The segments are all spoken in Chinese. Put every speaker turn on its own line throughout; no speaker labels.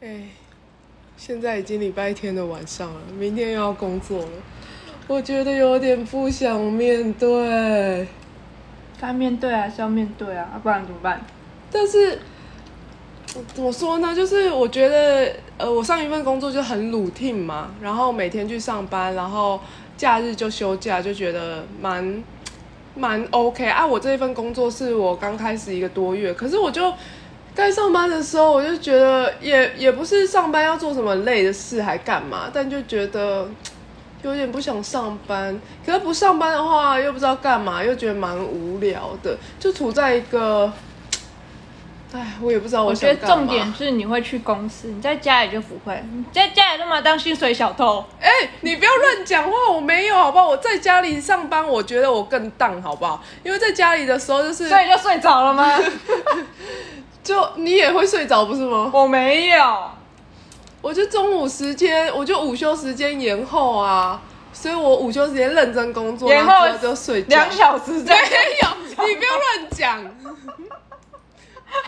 哎，现在已经礼拜天的晚上了，明天又要工作了，我觉得有点不想面对，
该面对还是要面对啊，啊不然怎么办？
但是。怎么说呢？就是我觉得，呃，我上一份工作就很 routine 嘛，然后每天去上班，然后假日就休假，就觉得蛮蛮 OK 啊。我这一份工作是我刚开始一个多月，可是我就该上班的时候，我就觉得也也不是上班要做什么累的事，还干嘛？但就觉得有点不想上班，可是不上班的话又不知道干嘛，又觉得蛮无聊的，就处在一个，哎，我也不知道
我
我想
觉得
干嘛。
重点是你会去公司，你在家里就不会，你在家里干嘛当薪水小偷？
哎、你不要乱讲话，我没有，好不好？我在家里上班，我觉得我更荡，好不好？因为在家里的时候，就是
所以就睡着了 吗？
就你也会睡着，不是吗？
我没有，
我就中午时间，我就午休时间延后啊，所以我午休时间认真工作，
延后
然后之后就睡觉。
两小时
没
在
有， 你不要乱讲，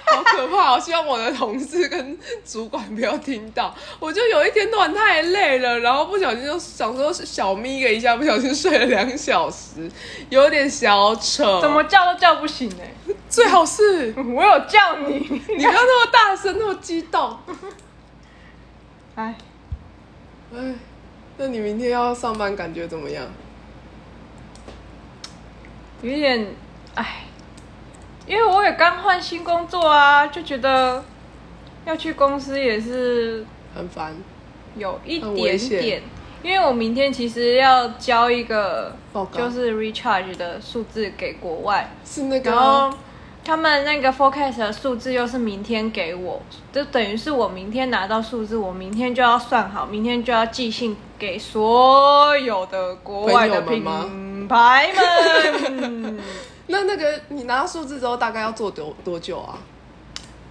好可怕、哦！希望我的同事跟主管不要听到。我就有一天突然太累了，然后不小心就想说小眯了一下，不小心睡了两小时，有点小扯。
怎么叫都叫不醒哎、
最好是
我有叫 你，
你不要那么大声，那么激动。
哎，
哎，那你明天要上班感觉怎么样？
有一点哎，因为我也刚换新工作啊，就觉得要去公司也是
很烦
有一
很危
点
险
点，因为我明天其实要交一个
报告
就是 recharge 的数字给国外，
是那个
然后他们那个 forecast 的数字又是明天给我，就等于是我明天拿到数字，我明天就要算好，明天就要寄信给所有的国外的
朋友
品
们吗
牌 们。
那那个你拿到数字之后大概要做多多久啊？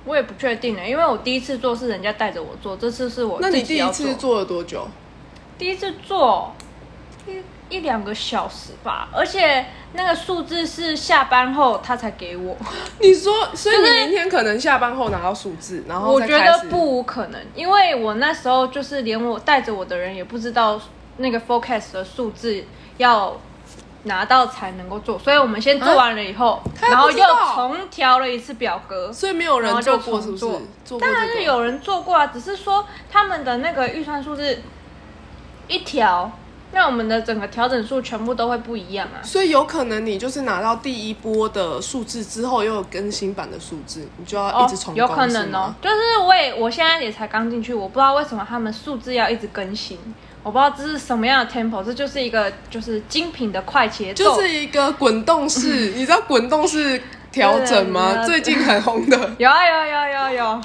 我也不确定欸呢，因为我第一次做是人家带着我做，这次是我
那你
自
第
己
一
要
次做了多久？
第一次做一一两个小时吧，而且那个数字是下班后他才给我，
你说，所以
就
你
是
明天可能下班后拿到数字，然后
我
再
觉
哦开
得
始
不无可能，因为我那时候就是连我带着我的人也不知道那个 forecast 的数字要拿到才能够做，所以我们先做完了以后，
他也
然后
不知
又
道
重调了一次表格，
所以没有人
然后
做
就
过，是不是
重做？
做过
当然
这
是
个
有人做过啊，只是说他们的那个预算数字一条，那我们的整个调整数全部都会不一样啊。
所以有可能你就是拿到第一波的数字之后，又有更新版的数字，你就要一直重工、
哦有可
是
能哦
吗，。
就是我也我现在也才刚进去，我不知道为什么他们数字要一直更新，我不知道这是什么样的 tempo，这就是一个就是精品的快节奏，
就是一个滚动 式，你知道滚动式调整
对
吗？
啊
最近很红的，
有啊有啊有啊有啊有啊，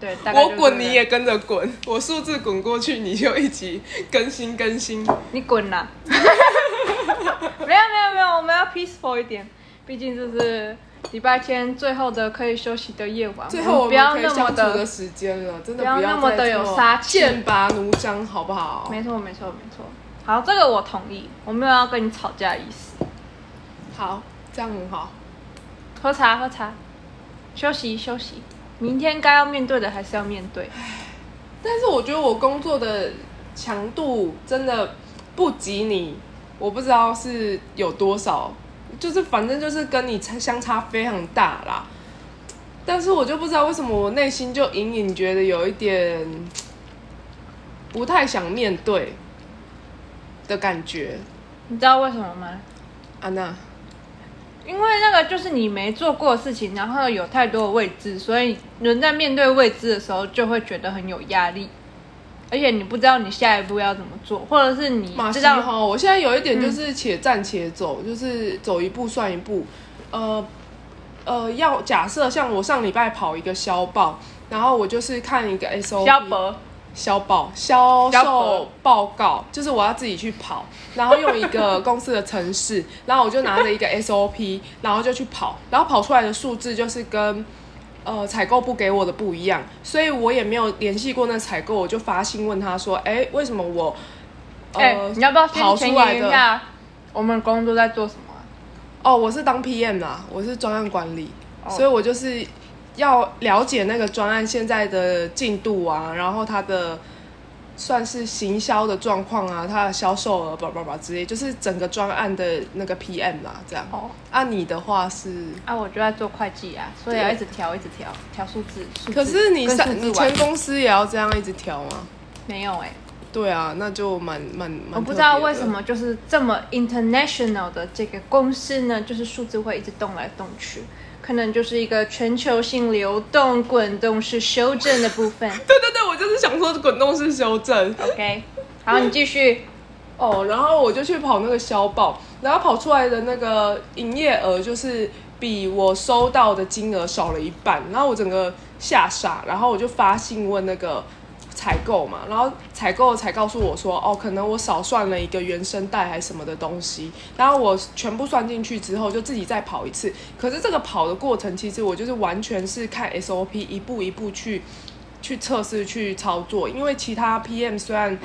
对，大概
我
就是
滚你也跟着滚，我数字滚过去，你就一起更新更新。
你滚啦，没有没有没有，我们要 peaceful 一点，毕竟这是礼拜天最后的可以休息的夜 晚，
最后我
们不
们
要
可以
那
相
么
处的
的，
时间了，真的
不要
要
那么
再
的
这
有杀气
剑拔弩张，好不好？
没错没错没错，好，这个我同意，我没有要跟你吵架的意思。
好，这样很好。
喝茶，喝茶，休息休息。明天该要面对的还是要面对。
但是我觉得我工作的强度真的不及你，我不知道是有多少，就是反正就是跟你差相差非常大啦。但是我就不知道为什么我内心就隐隐觉得有一点不太想面对的感觉。
你知道为什么吗？
安娜，
因为那个就是你没做过的事情，然后有太多的未知，所以人在面对未知的时候就会觉得很有压力，而且你不知道你下一步要怎么做，或者是你
马
知
西
道嗯
哈，我现在有一点就是且战且走，就是走一步算一步。呃呃，要假设像我上礼拜跑一个消报，然后我就是看一个 SOP
肖博
消报销
销
售
售
报告，就是我要自己去跑，然后用一个公司的程式，然后我就拿着一个 SOP，然后就去跑，然后跑出来的数字就是跟呃采购部给我的不一样，所以我也没有联系过那采购，我就发信问他说，哎，为什么我呃
哎、你要不要
跑
先
出
前
来
言一
的？
下我们工作在做什么啊、
哦，我是当 PM 啦，我是专案管理，
哦
所以我就是要了解那个专案现在的进度啊，然后它的算是行销的状况啊，它的销售额叭叭叭之类，就是整个专案的那个 PM 啦，这样。
哦，
啊，你的话是，
啊，我就在做会计啊，所以要一直调，一直调，调数字。数字
可是你
跟数
上
字
你
玩
前公司也要这样一直调吗？
没有哎、
对啊，那就蛮蛮蛮。
我不知道为什。么就是这么 international 的这个公司呢，就是数字会一直动来动去，可能就是一个全球性流动滚动式修正的部分。
对对对，我就是想说滚动式修正。
OK，好，你继续。
哦，然后我就去跑那个消报，然后跑出来的那个营业额就是比我收到的金额少了一半，然后我整个吓傻，然后我就发信问那个采购嘛，然后采购才告诉我说，哦，可能我少算了一个原声带还是什么的东西，然后我全部算进去之后，就自己再跑一次。可是这个跑的过程，其实我就是完全是看 SOP 一步一步去去测试去操作，因为其他 PM 虽然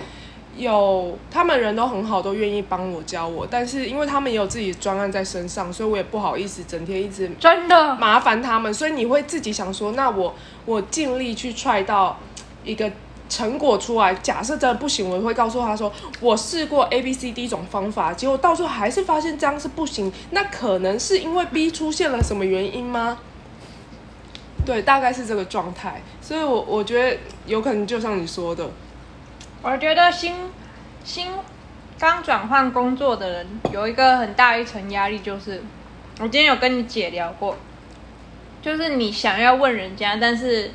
有他们人都很好，都愿意帮我教我，但是因为他们也有自己专案在身上，所以我也不好意思整天一直
真的，
麻烦他们，所以你会自己想说，那我我尽力去 try 到一个成果出来。假设真的不行，我会告诉他说，我试过 A、B、C、D 种方法，结果到最后还是发现这样是不行。那可能是因为 B 出现了什么原因吗？对，大概是这个状态。所以我我觉得有可能就像你说的，
我觉得新新刚转换工作的人有一个很大一层压力，就是我今天有跟你姐聊过，就是你想要问人家，但是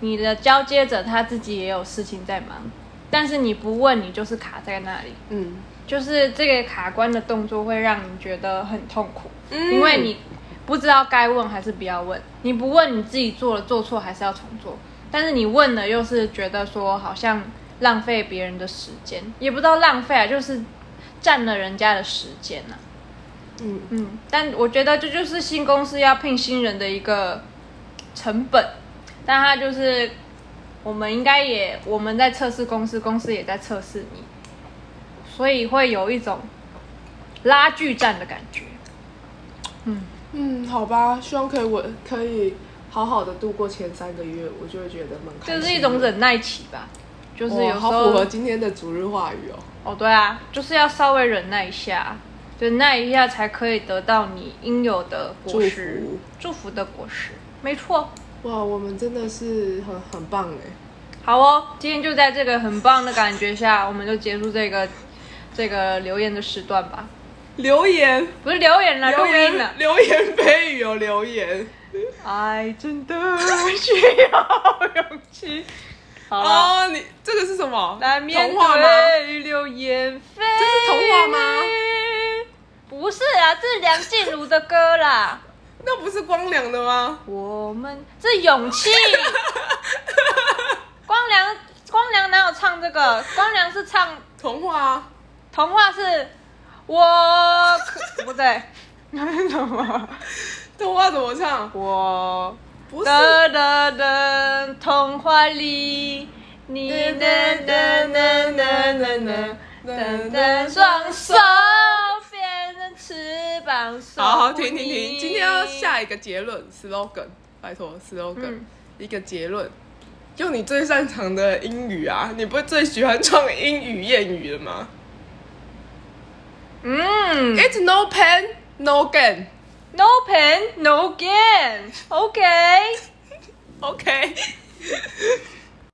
你的交接者他自己也有事情在忙，但是你不问，你就是卡在那里，
嗯，
就是这个卡关的动作会让你觉得很痛苦，
嗯
因为你不知道该问还是不要问，你不问你自己做了做错还是要重做，但是你问了又是觉得说好像浪费别人的时间，也不知道浪费啊，就是占了人家的时间啊。
嗯
嗯，但我觉得这就是新公司要聘新人的一个成本，但它就是我们应该也我们在测试公司，公司也在测试你，所以会有一种拉锯战的感觉。
嗯，好吧，希望可以我可以好好的度过前三个月，我就会觉得蛮开
就
心的。
是一种忍耐期吧，就是有
哇
时
好
候
符合今天的逐日话语哦。
哦，对啊，就是要稍微忍耐一下，忍耐一下才可以得到你应有的果实，
祝福
祝福的果实，没错。
哇，我们真的是很很棒哎！
好哦，今天就在这个很棒的感觉下，我们就结束这个这个留言的时段吧，
留言，
不是留言了，
留
录音了
言，。留言蜚语有留言
爱哎真的 需要勇气。好了。
哦。你这个是什么？
来面
童话吗？
对流言蜚语。
这是童话吗？
不是啊，这是梁静茹的歌啦。
那不是光良的吗？
我们这是 勇气。光良，光良哪有唱这个？光良是唱
童话啊，
童话是，我 可不对，那是什么？
童话怎么唱？
我
不是，
的的的童话里，你的的的的的的。等等，双手变成翅膀，守护
好好，
你
停停停，今天要下一个结论，slogan，拜托，slogan，、
嗯
一个结论。用你最擅长的英语啊，你不是最喜欢唱英语谚语的吗
嗯
？It's no pain, no gain。
，No pain, no gain，OK、
OK，